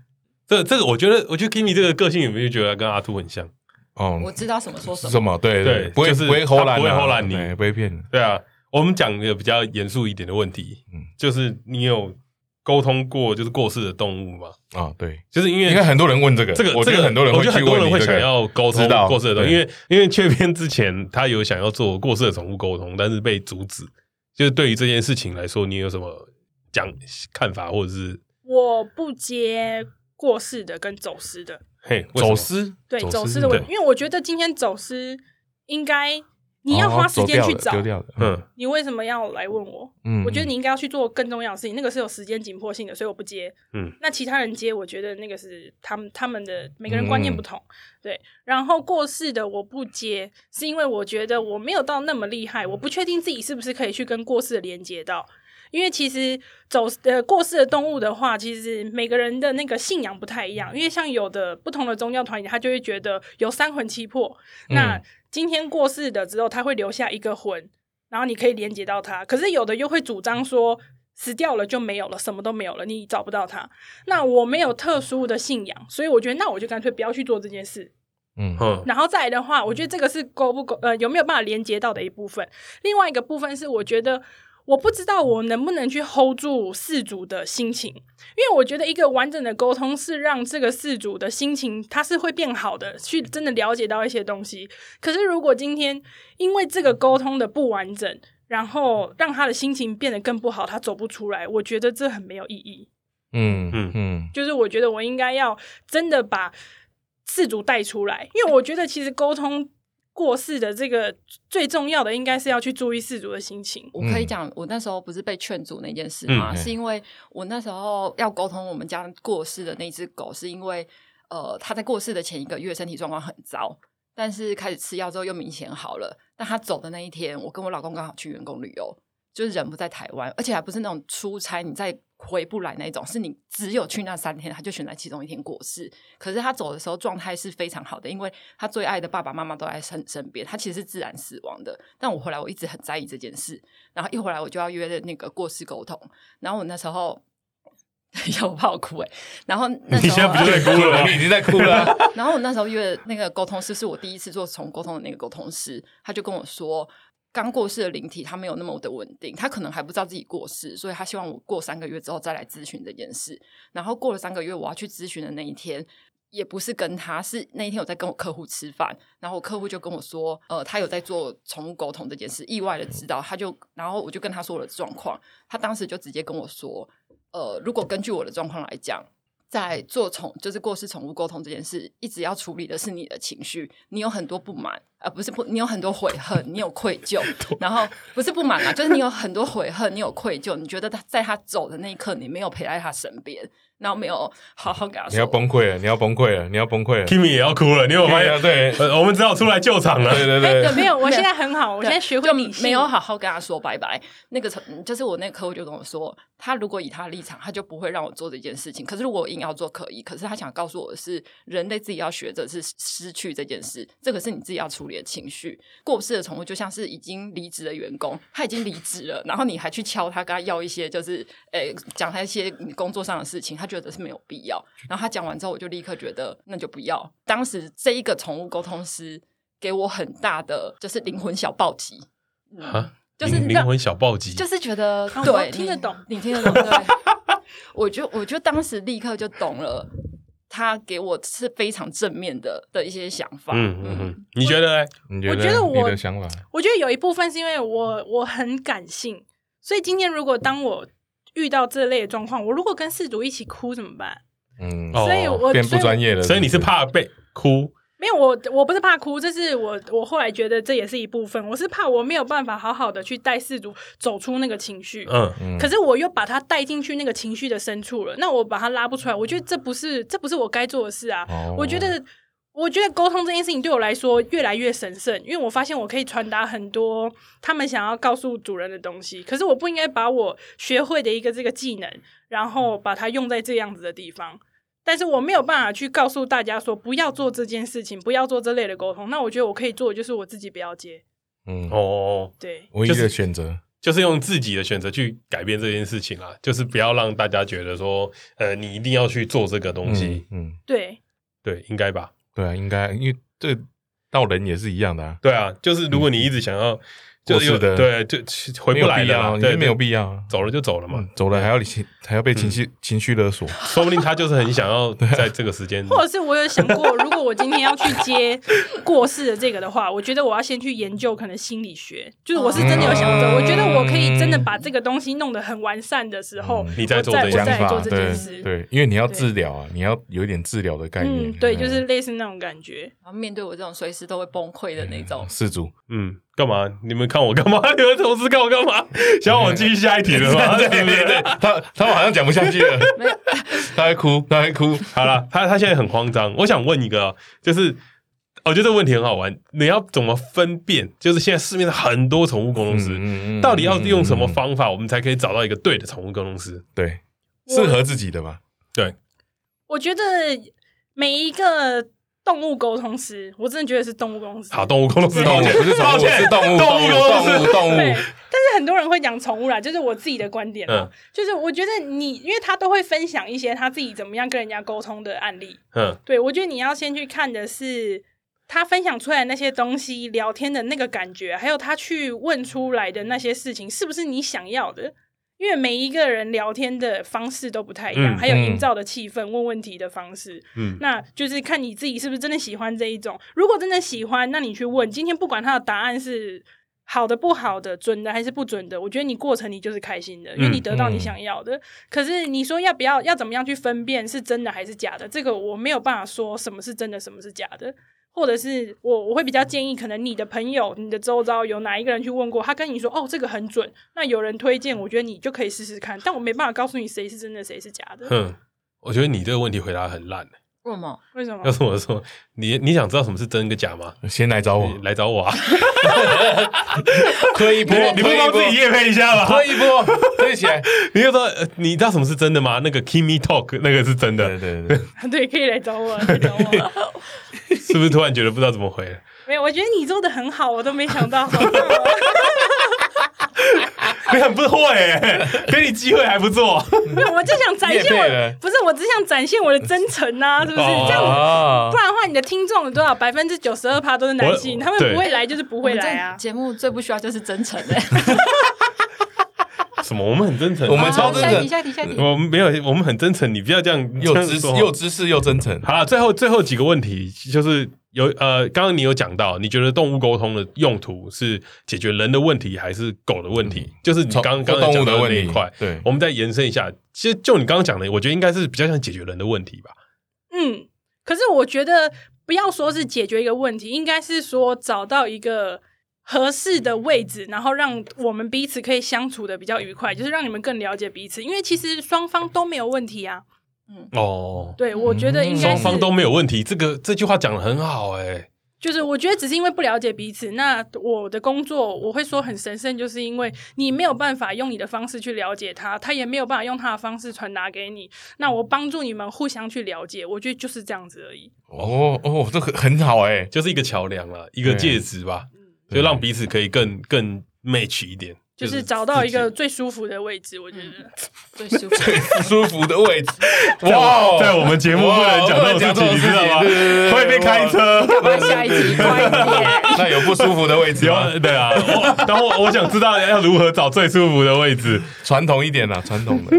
A: 这这个我觉得，我觉得 Kimi 这个个性有没有觉得跟阿兔很像？
B: 哦，
D: 我知道什么说什
B: 是
D: 么。
B: 什么？对
A: 对
B: 不会
A: 就是
B: 不会偷懒啊，
A: 他不会偷懒你
B: 对不会骗你。
A: 对啊，我们讲一个比较严肃一点的问题，
B: 嗯
A: 就是你有沟通过就是过世的动物吗？
B: 啊，对，
A: 就是因为
B: 应该很多人问这个，
A: 这个
B: 我觉
A: 这
B: 得
A: 个
B: 很多人
A: 我
B: 会
A: 觉得
B: 去
A: 很多
B: 问
A: 人
B: 你
A: 会
B: 这
A: 想
B: 个，
A: 要沟
B: 知
A: 通
B: 道
A: 过世的动物，
B: 对
A: 因为因为雀边之前他有想要做过世的宠物沟通，但是被阻止。就是对于这件事情来说，你有什么讲看法，或者是
C: 我不接过世的跟走私的，
A: 嘿为什么
B: 走私，
C: 对走
B: 私
C: 私的我
A: 对，
C: 因为我觉得今天走私应该你要花时间去找，
B: 丢哦掉的，嗯
A: 嗯
C: 你为什么要来问我？
B: 嗯
C: 我觉得你应该要去做更重要的事情，那个是有时间紧迫性的，所以我不接。
A: 嗯，
C: 那其他人接，我觉得那个是他们他们的每个人观念不
B: 嗯
C: 同，对。然后过世的我不接，是因为我觉得我没有到那么厉害，我不确定自己是不是可以去跟过世的连接到。因为其实走呃过世的动物的话，其实每个人的那个信仰不太一样。因为像有的不同的宗教团体，他就会觉得有三魂七魄。
B: 嗯
C: 那今天过世的之后，他会留下一个魂，然后你可以连接到他。可是有的又会主张说，死掉了就没有了，什么都没有了，你找不到他。那我没有特殊的信仰，所以我觉得那我就干脆不要去做这件事。
B: 嗯
A: 嗯
C: 然后再来的话，我觉得这个是够不够呃有没有办法连接到的一部分。另外一个部分是，我觉得我不知道我能不能去 hold 住事主的心情，因为我觉得一个完整的沟通是让这个事主的心情他是会变好的，去真的了解到一些东西。可是如果今天因为这个沟通的不完整，然后让他的心情变得更不好，他走不出来，我觉得这很没有意义。
B: 嗯
A: 嗯
B: 嗯嗯，
C: 就是我觉得我应该要真的把事主带出来，因为我觉得其实沟通过世的这个最重要的应该是要去注意事主的心情。
D: 我可以
B: 嗯
D: 讲，我那时候不是被劝阻那件事
A: 嗯
D: 吗？
B: 嗯
D: 是因为我那时候要沟通我们家过世的那只狗，是因为呃，它在过世的前一个月身体状况很糟，但是开始吃药之后又明显好了。但它走的那一天，我跟我老公刚好去员工旅游，就是人不在台湾，而且还不是那种出差你再回不来那种，是你只有去那三天，他就选在其中一天过世。可是他走的时候状态是非常好的，因为他最爱的爸爸妈妈都在身身边，他其实是自然死亡的。但我回来我一直很在意这件事，然后一回来我就要约的那个过世沟通，然后我那时候。 等一下，我怕我哭哎、然后那时候
A: 你现在不就在哭了吗
B: 你已经在哭了，
D: 然后我那时候约的那个沟通师是我第一次做宠物沟通的那个沟通师，他就跟我说，刚过世的灵体他没有那么的稳定，他可能还不知道自己过世，所以他希望我过三个月之后再来咨询这件事。然后过了三个月，我要去咨询的那一天。也不是跟他，是那一天我在跟我客户吃饭，然后我客户就跟我说，呃，他有在做宠物沟通这件事，意外的知道，他就，然后我就跟他说我的状况，他当时就直接跟我说，呃，如果根据我的状况来讲，在做宠就是过世宠物沟通这件事，一直要处理的是你的情绪，你有很多不满，呃，不是不，你有很多悔恨，你有愧疚，然后不是不满啊，就是你有很多悔恨，你有愧疚，你觉得他在他走的那一刻，你没有陪在他身边，然后没有好好给他
B: 你要
D: 说，
B: 崩溃了，你要崩溃了，你要崩 溃了。
A: Kimi 也要哭了，你有没有发
B: 对啊
A: 现？
B: 对
A: 呃，我们只好出来救场了。
B: 对对
C: 哎，
B: 对，
C: 没有，我现在很好，我
D: 我
C: 现在学会理性，
D: 没有好好跟他说拜拜。那个成就是我那个客户就跟我说，他如果以他的立场，他就不会让我做这件事情。可是如果我硬要做，可以。可是他想告诉我的是，人类自己要学着是失去这件事，这个是你自己要处理的情绪。过世的宠物就像是已经离职的员工，他已经离职了，然后你还去敲他，跟他要一些就是诶讲他一些你工作上的事情，他觉得是没有必要。然后他讲完之后，我就立刻觉得那就不要。当时这一个宠物沟通师给我很大的就是灵魂小暴击，嗯
A: 啊，
D: 就是
A: 灵灵
D: 让
A: 魂小暴击，
D: 就是觉得
C: 哦
D: 对
C: 听得
D: 你
C: 懂
D: 你听得懂对。我就我就当时立刻就懂了，他给我是非常正面的的一些想法。
A: 嗯嗯嗯，你觉得嘞？
B: 你觉
C: 我觉得
B: 得
C: 我
B: 你的想法？
C: 我觉得有一部分是因为我我很感性，所以今天如果当我遇到这类的状况，我如果跟事主一起哭怎么办？
B: 嗯，
A: 哦
C: 所以我
B: 变不专业了。
A: 所以你是
B: 不
A: 怕被哭，
C: 没有，我我不是怕哭，这是我我后来觉得这也是一部分，我是怕我没有办法好好的去带事主走出那个情绪。
A: 嗯，
B: 嗯
C: 可是我又把他带进去那个情绪的深处了，那我把他拉不出来，我觉得这不是这不是我该做的事啊。
B: 哦
C: 我觉得，我觉得沟通这件事情对我来说越来越神圣，因为我发现我可以传达很多他们想要告诉主人的东西。可是我不应该把我学会的一个这个技能，然后把它用在这样子的地方。但是我没有办法去告诉大家说不要做这件事情，不要做这类的沟通。那我觉得我可以做的就是我自己不要接，
B: 嗯，
A: 哦，
C: 对，
B: 唯一
A: 就
B: 的
A: 是
B: 选择，
A: 就是用自己的选择去改变这件事情啦，就是不要让大家觉得说，呃，你一定要去做这个东西，
B: 嗯，嗯
C: 对，
A: 对，应该吧？
B: 对啊，应该因为这到人也是一样的啊，
A: 对啊，就是如果你一直想要，就是有
B: 嗯过世的
A: 对，就回
B: 没
A: 不
B: 有
A: 来
B: 必
A: 了啦
B: 要，，你
A: 对，
B: 就没有
A: 对
B: 必要啊，
A: 走了就走了嘛
B: 嗯，走了还要你情还要被情
A: 嗯
B: 绪情绪勒索，
A: 说不定他就是很想 要
B: 啊
A: 在这个时间，
C: 或者是我有想过，如果我今天要去接过世的这个的话，我觉得我要先去研究可能心理学，就是我是真的有想着，
B: 嗯
C: 我觉得我可以真的把这个东西弄得很完善的时候，
B: 嗯
A: 你再
C: 我
A: 做
C: 再
A: 这
C: 我
A: 件
C: 再
B: 想
C: 做
B: 法
C: 这
B: 对
C: 件事。
B: 对，因为你要
C: 对
B: 治疗啊，你要有一点治疗的概念
C: 嗯，，对，就是类似那种感觉。
D: 然后面对我这种随时都会崩
B: 哎
D: 溃的那种，
B: 事主，
A: 嗯，干嘛？你们看我干嘛？你们同事看我干 嘛？想要我继续下一题了吗？对不对？
B: 他他好像讲不下去了，
D: 没有
B: 他会哭，他会哭，
A: 好了，他他现在很慌张。我想问一个哦，就是哦我觉得这个问题很好玩，你要怎么分辨？就是现在市面上很多宠物沟通师，
B: 嗯嗯嗯
A: 到底要用什么
B: 嗯嗯嗯
A: 方法，我们才可以找到一个对的宠物沟通师？
B: 对
C: 我
B: 适合自己的吧？
A: 对，
C: 我觉得每一个动物沟通师，我真的觉得是动物沟通师。
A: 好，动物沟通师，
B: 动
A: 抱
B: 物
A: 歉，
B: 嗯不是宠
A: 抱
B: 物，
A: 歉
B: 是动物，
A: 动
B: 动物，
A: 沟通师
B: 动物，动
C: 对，但
B: 物，
C: 是很多人会讲宠物啦，就是我自己的观点啦，
A: 嗯
C: 就是我觉得你，因为他都会分享一些他自己怎么样跟人家沟通的案例，
A: 嗯，
C: 对，我觉得你要先去看的是他分享出来那些东西，聊天的那个感觉，还有他去问出来的那些事情，是不是你想要的？因为每一个人聊天的方式都不太一样，
A: 嗯
C: 还有营
B: 嗯
C: 造的气氛、问问题的方式，
A: 嗯
C: 那就是看你自己是不是真的喜欢这一种。如果真的喜欢，那你去问。今天不管他的答案是好的、不好的、准的还是不准的，我觉得你过程你就是开心的，因为你得到你想要的。可是你说要不要要怎么样去分辨是真的还是假的？这个我没有办法说什么是真的，什么是假的。或者是我我会比较建议，可能你的朋友、你的周遭有哪一个人去问过，他跟你说哦这个很准，那有人推荐，我觉得你就可以试试看，但我没办法告诉你谁是真的，谁是假的。
A: 哼，嗯我觉得你这个问题回答很烂。
D: 为什么？
C: 为什么
A: 要？是我说你你想知道什么是真跟假吗？
B: 先来找我，
A: 你来找我啊！
B: 推一波，
A: 你不帮自己夜配一下吗？
B: 推一波，推起来，
A: 你就说呃你知道什么是真的吗？那个 Kimi Talk 那个是真的
B: 对，对 对，
C: 对，可以来找我，来找我。
A: 是不是突然觉得不知道怎么回了？
C: 没有，我觉得你做的很好，我都没想到。
A: 你很不会欸，给你机会还不错。
C: 没 有，我就想展现
B: 业配了
C: 我，不是，我只想展现我的真诚啊， 是不是？
A: 哦
C: 这样我，
B: 啊
C: 不，然的话，你的听众有多少？百分之九十二趴都是男性，
A: 我
C: 他们
A: 对
C: 不会来就是不会
D: 我们
C: 来
D: 这
C: 啊。
D: 节目最不需要就是真诚的、
A: 什么？我们很真诚，
B: 我们超真
D: 下一
B: 诚
D: 题，下一题，下一题。
A: 我们没有，我们很真诚。你不要这样
B: 又
A: 这样
B: 知
A: 说
B: 又知识又真诚，
A: 好了。最后最后几个问题就是有呃，刚刚你有讲到，你觉得动物沟通的用途是解决人的问题还是狗的问题？就是你
B: 从
A: 刚刚
B: 或动
A: 讲
B: 物的
A: 到
B: 问
A: 那
B: 题
A: 一块，
B: 对
A: 我们再延伸一下。其实就你刚刚讲的，我觉得应该是比较像解决人的问题吧。
C: 嗯，可是我觉得不要说是解决一个问题，应该是说找到一个合适的位置，然后让我们彼此可以相处的比较愉快，就是让你们更了解彼此，因为其实双方都没有问题啊。
A: 哦，
C: 对，我觉得应该
A: 双
C: 是
A: 方都没有问题，这个这句话讲的很好哎、
C: 就是我觉得只是因为不了解彼此，那我的工作我会说很神圣，就是因为你没有办法用你的方式去了解他，他也没有办法用他的方式传达给你。那我帮助你们互相去了解，我觉得就是这样子而已。
B: 哦哦，这很很好哎、
A: 就是一个桥梁啦，一个
B: 对
A: 介质吧，
B: 对
A: 就让彼此可以更更 match 一点，
C: 就是找到一
A: 自
C: 个
A: 己
C: 最舒服的位置，我觉得。
D: 最舒服。
B: 舒服的位置。
A: 在我
B: 哦
A: 在我们节目不能讲这种事
B: 哇不能讲这种
A: 情，你知道吗？
B: 事情对对对对
A: 会被开车。
D: 快下一集，快 一点！
B: 那有不舒服的位置 吗？
A: 有对啊，我然后我想知道要如何找最舒服的位置。
B: 传统一点啦，传统的。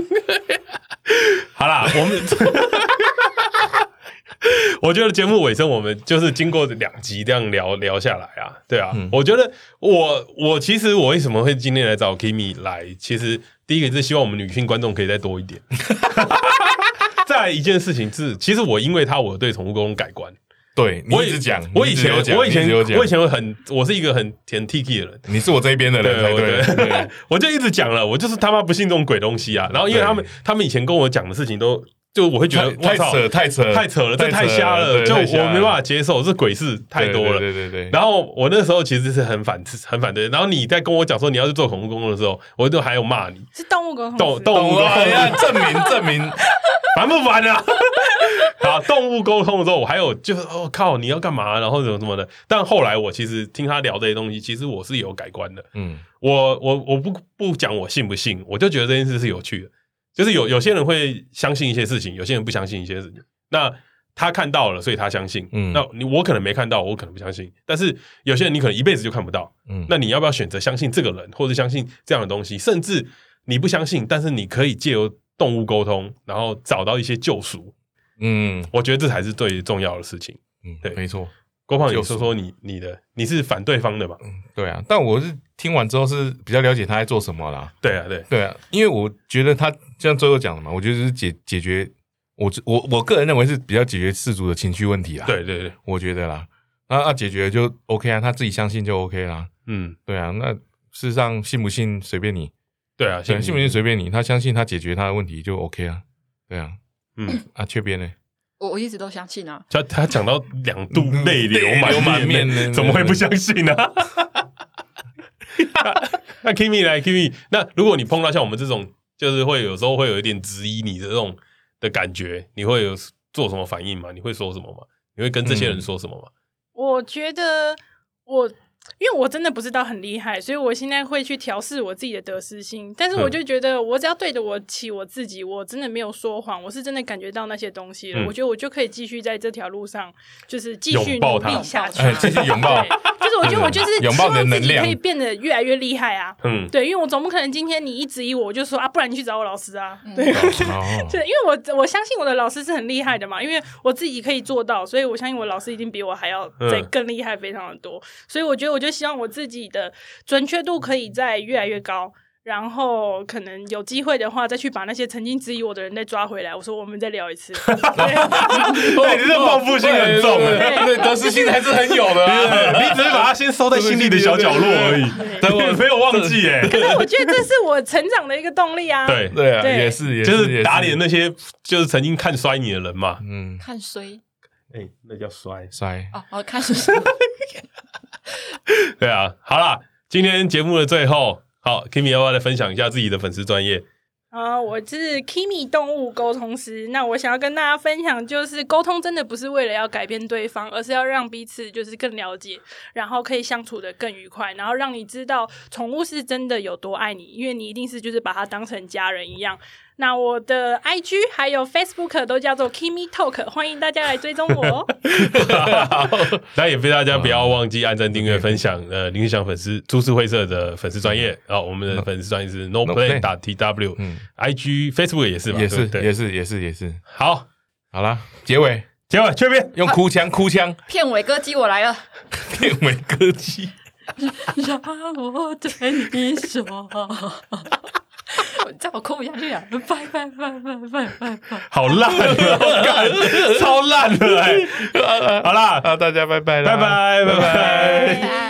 A: 好啦，我 们我觉得节目尾声，我们就是经过两集这样聊聊下来啊，对啊，
B: 嗯
A: 我觉得我我其实我为什么会今天来找 Kimi 来，其实第一个是希望我们女性观众可以再多一 点。再来一件事情是，其实我因为他，我对宠物沟通改观。
B: 对，你
A: 我
B: 一直
A: 以
B: 讲，
A: 我
B: 你
A: 以
B: 一直
A: 前
B: 有讲
A: 我以
B: 你一直
A: 前
B: 有讲
A: 我以前很，我是一个很很 T K 的人，
B: 你是我这一边的人才
A: 对
B: 对
A: 对
B: 对。
A: 我就一直讲了，我就是他妈不信这种鬼东西啊。然后因为他们
B: 对
A: 他们以前跟我讲的事情都，就我会觉得
B: 太
A: 哇操
B: 扯，太扯，
A: 太扯了，这太瞎了，
B: 对
A: 就
B: 太瞎
A: 我没
B: 了
A: 办法接受，这鬼事太多了。
B: 对对对对对。
A: 然后我那时候其实是很反很反对，然后你在跟我讲说你要去做恐怖工作的时候，我就还有骂你
C: 是动物沟通，
A: 动动物
B: 懂
A: 沟
B: 了，哎呀
A: 通，
B: 证明 证明，
A: 烦不烦啊？ 好，动物沟通的时候，我还有就是哦靠，你要干嘛？然后怎么怎么的。但后来我其实听他聊这些东西，其实我是有改观的。
B: 嗯，
A: 我我我不不讲我信不信，我就觉得这件事是有趣的。就是有有些人会相信一些事情，有些人不相信一些事情。那他看到了，所以他相信。
B: 嗯
A: 嗯，那你我可能没看到，我可能不相信。但是有些人你可能一辈子就看不到。
B: 嗯
A: 那你要不要选择相信这个人，或者相信这样的东西？甚至你不相信，但是你可以借由动物沟通，然后找到一些救赎。
B: 嗯
A: 我觉得这才是最重要的事情。
B: 嗯，
A: 对
B: 没错，
A: 郭胖，你
B: 救赎
A: 说说你你的，你是反对方的嘛？
B: 对啊。但我是听完之后是比较了解他在做什么啦。
A: 对啊，对，
B: 对啊，因为我觉得他就像最后讲的嘛，我觉得是解解决我我我个人认为是比较解决氏族的情绪问题啦。，
A: 对对对，
B: 我觉得啦，那那解决就 OK 啊，他自己相信就 OK 啦。
A: 嗯，
B: 对啊，那事实上信不信随便你，
A: 对啊，
B: 对，信不信随便你，他相信他解决他的问题就 OK 啊。对啊，
A: 嗯。
B: 啊，缺 边呢？
D: 我我一直都相信啊，
A: 他他讲到两度嗯泪流
B: 泪流满
A: 满
B: 面
A: 面
B: 呢
A: 呢，怎么会不相信 呢、那 Kimi 来 Kimi，那如果你碰到像我们这种，就是会有时候会有一点质疑你的这种的感觉，你会有做什么反应吗？你会说什么吗？你会跟这些人说什么吗？
C: 我觉得我，因为我真的不知道很厉害，所以我现在会去调试我自己的得失心。但是
B: 嗯
C: 我就觉得，我只要对得我起我自己，我真的没有说谎，我是真的感觉到那些东西了。
A: 嗯
C: 我觉得我就可以继续在这条路上，就是继续
A: 拥抱
C: 努
A: 它
C: 力下去
B: 哎，继续拥抱嗯
C: 对就是我觉得我就是
B: 拥
C: 希
B: 抱你的
C: 望自
B: 能
C: 己
B: 量
C: 可以变得越来越厉害啊。
A: 嗯，
C: 对，因为我总不可能今天你一质疑我，我就说啊，不然你去找我老师啊。
D: 嗯
C: 对，
B: 哦，
C: 对，因为我我相信我的老师是很厉害的嘛，因为我自己可以做到，所以我相信我老师一定比我还要再
A: 嗯
C: 更厉害非常的多。所以我觉得，我就希望我自己的准确度可以再越来越高，然后可能有机会的话，再去把那些曾经质疑我的人再抓回来。我说我们再 聊一次，
A: 对，哎你这报复心很重
B: 对
A: 欸，
B: 对对，对得失心还是很有的啊。
A: 你只是把它先收在心里的小角落而已，
B: 对对对对
A: 我没有忘记哎、
C: 可是我觉得这是我成长的一个动力 啊。
A: 对，
B: 对啊，
C: 对
B: 也是，也
A: 就是打脸
B: 的，
A: 那些就是曾经看衰你的人嘛，
B: 嗯，
D: 看衰
A: 哎、那叫衰。
B: 衰，
D: 哦，哦，看衰。
A: 对啊，好啦，今天节目的最后，好，Kimi 要不要来分享一下自己的粉丝专 业？
C: 啊、我是 Kimi 动物沟通师。那我想要跟大家分享，就是沟通真的不是为了要改变对方，而是要让彼此就是更了解，然后可以相处的更愉快，然后让你知道宠物是真的有多爱你，因为你一定是就是把它当成家人一样。那我的 IG 还有 Facebook 都叫做 Kimi Talk，欢迎大家来追踪我哦。
A: 那也非大家不要忘记按赞、订阅、分享。呃，林想粉丝株式会社的粉丝专业啊，我们的粉丝专业是 No Play 打 T W，
B: 嗯
A: i G、Facebook 也是吧？
B: 也
A: 对
B: 是
A: 不，对
B: 也是，也是，也是。
A: 好。
B: 好啦，结尾
A: 结尾这 边
B: 用哭腔，哭腔，
D: 骗伟哥鸡我来 了，
B: 片尾歌姬，
D: 让我对你说。我这样我哭不下去了，啊拜拜拜拜拜拜拜。
A: 好烂 啊，干超烂的哎！好啦，
B: 啊，大家拜拜啦，
A: 拜拜拜拜。
D: 拜。